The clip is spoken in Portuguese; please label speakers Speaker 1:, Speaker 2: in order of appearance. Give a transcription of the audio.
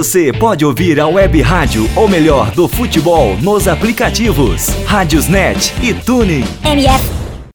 Speaker 1: Você pode ouvir a web rádio, ou melhor, do futebol, nos aplicativos Rádiosnet e Tune.
Speaker 2: MF